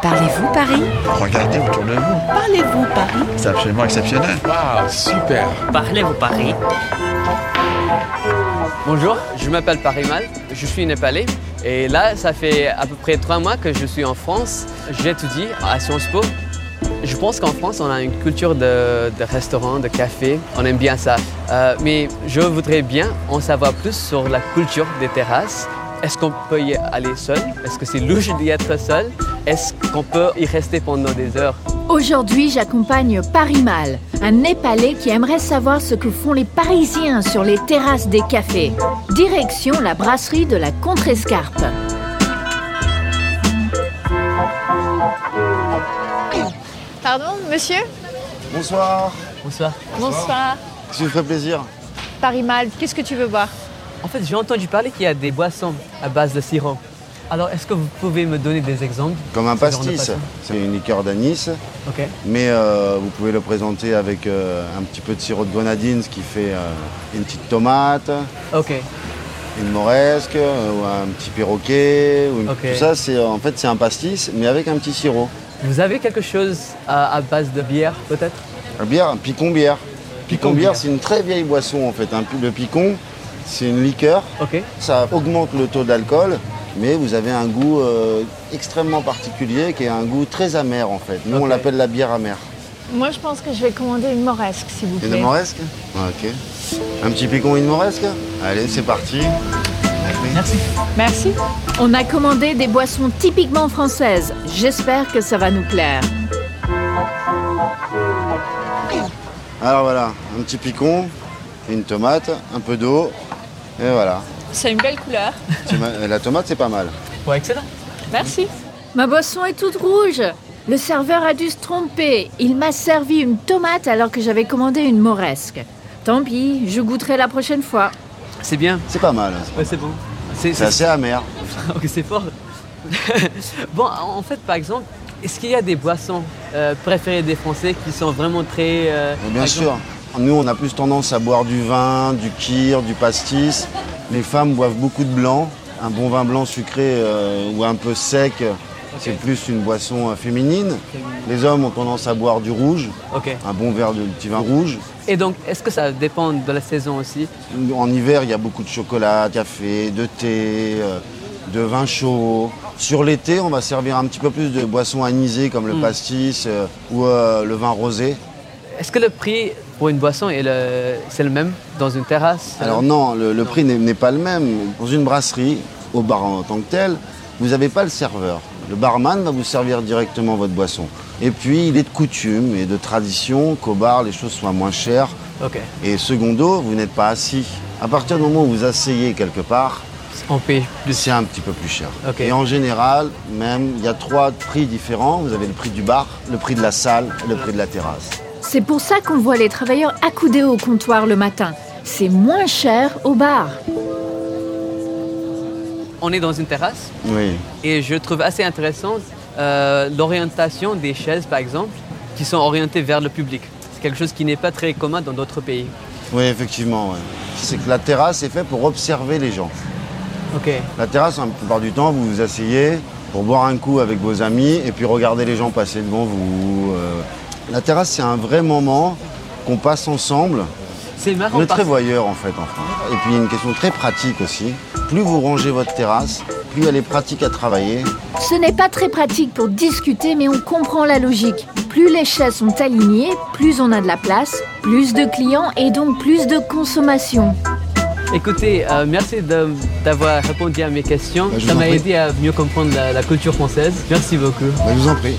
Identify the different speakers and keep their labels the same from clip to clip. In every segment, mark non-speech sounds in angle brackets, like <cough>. Speaker 1: Parlez-vous Paris
Speaker 2: Regardez autour de vous.
Speaker 3: Parlez-vous Paris
Speaker 2: C'est absolument exceptionnel.
Speaker 4: Waouh, super
Speaker 5: Parlez-vous Paris
Speaker 6: Bonjour, je m'appelle Parimal, je suis népalais et là ça fait à peu près trois mois que je suis en France. J'étudie à Sciences Po. Je pense qu'en France on a une culture de, de restaurant, de café, on aime bien ça. Euh, mais je voudrais bien en savoir plus sur la culture des terrasses. Est-ce qu'on peut y aller seul Est-ce que c'est louche d'y être seul Est-ce qu'on peut y rester pendant des heures
Speaker 7: Aujourd'hui, j'accompagne Parimal, un Népalais qui aimerait savoir ce que font les Parisiens sur les terrasses des cafés. Direction la brasserie de la Contrescarpe.
Speaker 8: Pardon, monsieur
Speaker 9: Bonsoir.
Speaker 6: Bonsoir.
Speaker 8: Bonsoir.
Speaker 9: Ça vous fait plaisir.
Speaker 8: Paris Mal, qu'est-ce que tu veux boire
Speaker 6: En fait, j'ai entendu parler qu'il y a des boissons à base de sirop. Alors, est-ce que vous pouvez me donner des exemples
Speaker 9: Comme un
Speaker 6: Ce genre de
Speaker 9: pastis.
Speaker 6: pastis.
Speaker 9: C'est une liqueur d'anis,
Speaker 6: Ok.
Speaker 9: mais euh, vous pouvez le présenter avec euh, un petit peu de sirop de grenadine, ce qui fait euh, une petite tomate,
Speaker 6: Ok.
Speaker 9: une moresque, euh, ou un petit perroquet. ou une-
Speaker 6: Ok.
Speaker 9: Tout ça, c'est euh, en fait c'est un pastis, mais avec un petit sirop.
Speaker 6: Vous avez quelque chose à, à base de bière, peut-être
Speaker 9: La bière, un picon bière. Picon
Speaker 6: bière.
Speaker 9: bière, c'est une très vieille boisson en fait. hein. Le picon, c'est une liqueur.
Speaker 6: Ok.
Speaker 9: Ça augmente le taux d'alcool, mais vous avez un goût euh, extrêmement particulier qui est un goût très amer en fait. Nous, on
Speaker 6: Ok.
Speaker 9: l'appelle la bière amère.
Speaker 8: Moi, je pense que je vais commander une moresque, s'il vous
Speaker 9: Une
Speaker 8: plaît.
Speaker 9: moresque Ah, Ok. Un petit picon, une moresque Allez, c'est parti.
Speaker 6: Merci.
Speaker 8: Merci.
Speaker 7: On a commandé des boissons typiquement françaises. J'espère que ça va nous plaire.
Speaker 9: Alors voilà, un petit picon, une tomate, un peu d'eau, et voilà.
Speaker 8: C'est une belle couleur.
Speaker 9: C'est ma- La tomate, c'est pas mal.
Speaker 6: Ouais, excellent.
Speaker 8: Merci.
Speaker 7: Ma boisson est toute rouge. Le serveur a dû se tromper. Il m'a servi une tomate alors que j'avais commandé une moresque. Tant pis, je goûterai la prochaine fois.
Speaker 6: C'est bien.
Speaker 9: C'est pas mal.
Speaker 6: Ouais, c'est bon. C'est
Speaker 9: C'est assez amer.
Speaker 6: c'est- <laughs> ok, c'est fort. <laughs> bon, en fait, par exemple, est-ce qu'il y a des boissons euh, préférées des Français qui sont vraiment très. euh,
Speaker 9: Mais
Speaker 6: par
Speaker 9: Bien
Speaker 6: exemple-
Speaker 9: sûr. Nous, on a plus tendance à boire du vin, du kir, du pastis. Les femmes boivent beaucoup de blanc. Un bon vin blanc sucré euh, ou un peu sec, c'est plus une boisson euh, féminine. Les hommes ont tendance à boire du rouge,
Speaker 6: Ok.
Speaker 9: un bon verre de petit vin rouge.
Speaker 6: Et donc, est-ce que ça dépend de la saison aussi
Speaker 9: En hiver, il y a beaucoup de chocolat, de café, de thé, euh, de vin chaud. Sur l'été, on va servir un petit peu plus de boissons anisées comme le pastis euh, ou euh, le vin rosé.
Speaker 6: Est-ce que le prix pour une boisson est le, c'est le même dans une terrasse
Speaker 9: Alors non, le, le prix n'est- n'est pas le même. Dans une brasserie, au bar en tant que tel, vous n'avez pas le serveur. Le barman va vous servir directement votre boisson. Et puis, il est de coutume et de tradition qu'au bar, les choses soient moins chères.
Speaker 6: Ok.
Speaker 9: Et secondo, vous n'êtes pas assis. À partir du moment où vous asseyez quelque part,
Speaker 6: On paye plus.
Speaker 9: c'est un petit peu plus cher.
Speaker 6: Ok.
Speaker 9: Et en général, même, il y a trois prix différents. Vous avez le prix du bar, le prix de la salle et le prix de la terrasse.
Speaker 7: C'est pour ça qu'on voit les travailleurs accoudés au comptoir le matin. C'est moins cher au bar.
Speaker 6: On est dans une terrasse
Speaker 9: Oui.
Speaker 6: et je trouve assez intéressant euh, l'orientation des chaises, par exemple, qui sont orientées vers le public. C'est quelque chose qui n'est pas très commun dans d'autres pays.
Speaker 9: Oui, effectivement. ouais. C'est que la terrasse est faite pour observer les gens.
Speaker 6: Ok.
Speaker 9: La terrasse, la plupart du temps, vous vous asseyez pour boire un coup avec vos amis et puis regarder les gens passer devant vous. euh. La terrasse, c'est un vrai moment qu'on passe ensemble.
Speaker 6: C'est marrant.
Speaker 9: On est très
Speaker 6: parce-
Speaker 9: voyeurs en fait en France. Et puis il y a une question très pratique aussi. Plus vous rangez votre terrasse, plus elle est pratique à travailler.
Speaker 7: Ce n'est pas très pratique pour discuter, mais on comprend la logique. Plus les chaises sont alignées, plus on a de la place, plus de clients et donc plus de consommation.
Speaker 6: Écoutez, euh, merci de- d'avoir répondu à mes questions.
Speaker 9: Bah, je
Speaker 6: Ça
Speaker 9: vous en
Speaker 6: m'a
Speaker 9: prie.
Speaker 6: aidé à mieux comprendre la, la culture française. Merci beaucoup.
Speaker 9: Bah, je vous en prie.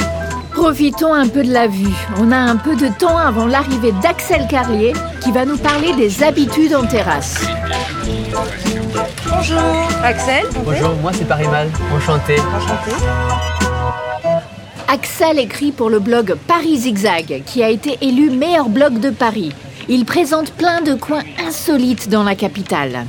Speaker 7: Profitons un peu de la vue. On a un peu de temps avant l'arrivée d'Axel Carlier qui va nous parler des habitudes en terrasse.
Speaker 3: Bonjour. Axel,
Speaker 6: Bonjour, moi c'est Parimal. Enchanté.
Speaker 3: Enchanté.
Speaker 7: Axel écrit pour le blog Paris Zigzag, qui a été élu meilleur blog de Paris. Il présente plein de coins insolites dans la capitale.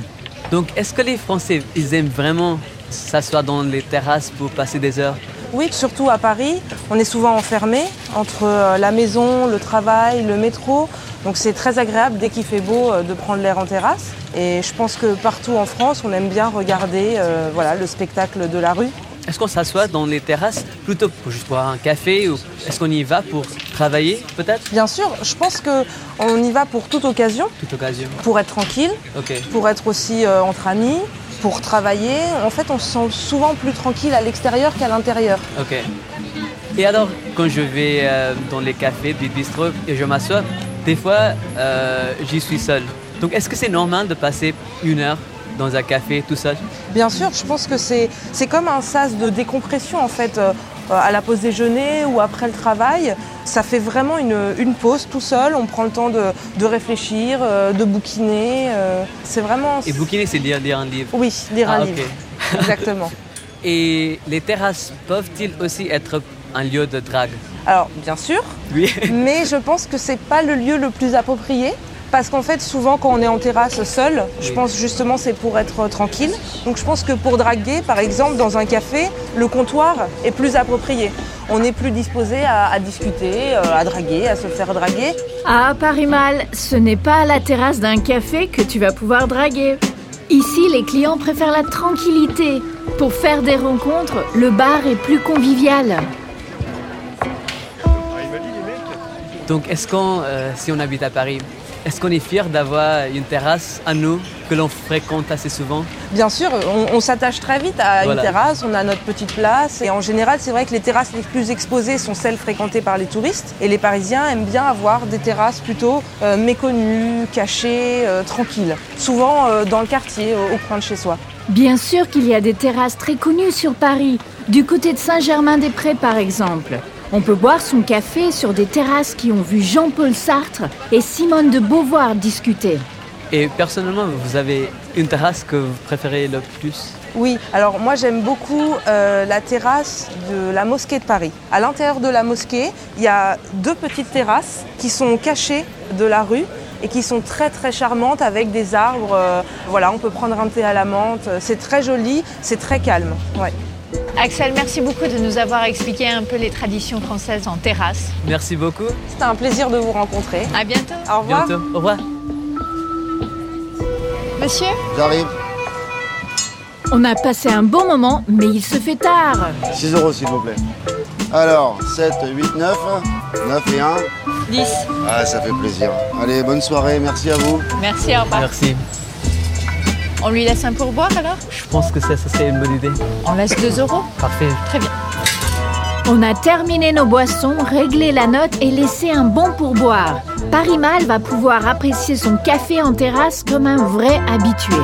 Speaker 6: Donc, est-ce que les Français, ils aiment vraiment s'asseoir dans les terrasses pour passer des heures
Speaker 3: Oui, surtout à Paris, on est souvent enfermé entre euh, la maison, le travail, le métro. Donc c'est très agréable dès qu'il fait beau euh, de prendre l'air en terrasse. Et je pense que partout en France, on aime bien regarder euh, voilà, le spectacle de la rue.
Speaker 6: Est-ce qu'on s'assoit dans les terrasses plutôt pour juste boire un café ou est-ce qu'on y va pour travailler peut-être
Speaker 3: Bien sûr, je pense qu'on y va pour toute occasion,
Speaker 6: Toute occasion.
Speaker 3: pour être tranquille,
Speaker 6: Ok.
Speaker 3: pour être aussi euh, entre amis, pour travailler. En fait, on se sent souvent plus tranquille à l'extérieur qu'à l'intérieur.
Speaker 6: Ok. Et alors, quand je vais euh, dans les cafés, des bistrots et je m'assois, des fois, euh, j'y suis seul. Donc, est-ce que c'est normal de passer une heure dans un café tout seul
Speaker 3: Bien sûr, je pense que c'est c'est comme un sas de décompression en fait. euh, euh, à la pause déjeuner ou après le travail, ça fait vraiment une, une pause tout seul. On prend le temps de, de réfléchir, euh, de bouquiner. euh, c'est vraiment.
Speaker 6: Et bouquiner, c'est lire, lire un livre.
Speaker 3: Oui, lire un
Speaker 6: Ah, ok.
Speaker 3: livre.
Speaker 6: <laughs>
Speaker 3: Exactement.
Speaker 6: Et les terrasses peuvent-ils aussi être un lieu de drague
Speaker 3: Alors, bien sûr,
Speaker 6: Oui. <laughs>
Speaker 3: mais je pense que c'est pas le lieu le plus approprié. Parce qu'en fait, souvent, quand on est en terrasse seul, je
Speaker 6: Oui.
Speaker 3: pense justement c'est pour être euh, tranquille. Donc, je pense que pour draguer, par exemple, dans un café, le comptoir est plus approprié. On est plus disposé à, à discuter, euh, à draguer, à se faire draguer.
Speaker 7: Ah, Parimal, ce n'est pas à la terrasse d'un café que tu vas pouvoir draguer. Ici, les clients préfèrent la tranquillité. Pour faire des rencontres, le bar est plus convivial.
Speaker 6: Donc, est-ce qu'on, euh, si on habite à Paris, est-ce qu'on est fier d'avoir une terrasse à nous que l'on fréquente assez souvent
Speaker 3: Bien sûr, on, on s'attache très vite à
Speaker 6: Voilà.
Speaker 3: une terrasse, on a notre petite place. Et en général, c'est vrai que les terrasses les plus exposées sont celles fréquentées par les touristes. Et les Parisiens aiment bien avoir des terrasses plutôt euh, méconnues, cachées, euh, tranquilles. Souvent euh, dans le quartier, au, au coin de chez soi.
Speaker 7: Bien sûr qu'il y a des terrasses très connues sur Paris, du côté de Saint-Germain-des-Prés par exemple. On peut boire son café sur des terrasses qui ont vu Jean-Paul Sartre et Simone de Beauvoir discuter.
Speaker 6: Et personnellement, vous avez une terrasse que vous préférez le plus
Speaker 3: Oui, alors moi j'aime beaucoup euh, la terrasse de la mosquée de Paris. À l'intérieur de la mosquée, il y a deux petites terrasses qui sont cachées de la rue et qui sont très très charmantes avec des arbres. euh, voilà, on peut prendre un thé à la menthe. euh, C'est très joli, c'est très calme. Ouais.
Speaker 8: Axel, merci beaucoup de nous avoir expliqué un peu les traditions françaises en terrasse.
Speaker 6: Merci beaucoup.
Speaker 3: C'était un plaisir de vous rencontrer.
Speaker 8: À bientôt.
Speaker 3: Au revoir.
Speaker 6: Bientôt. Au revoir.
Speaker 8: Monsieur
Speaker 9: J'arrive.
Speaker 7: On a passé un bon moment, mais il se fait tard.
Speaker 9: 6 euros s'il vous plaît. Alors, 7, 8, 9. 9 et 1.
Speaker 8: 10.
Speaker 9: Ah, ça fait plaisir. Allez, bonne soirée, merci à vous.
Speaker 8: Merci, au revoir.
Speaker 6: Merci.
Speaker 8: On lui laisse un pourboire alors
Speaker 6: Je pense que ça, ça serait une bonne idée.
Speaker 8: On laisse 2 euros.
Speaker 6: Parfait.
Speaker 8: Très bien.
Speaker 7: On a terminé nos boissons, réglé la note et laissé un bon pourboire. Parimal va pouvoir apprécier son café en terrasse comme un vrai habitué.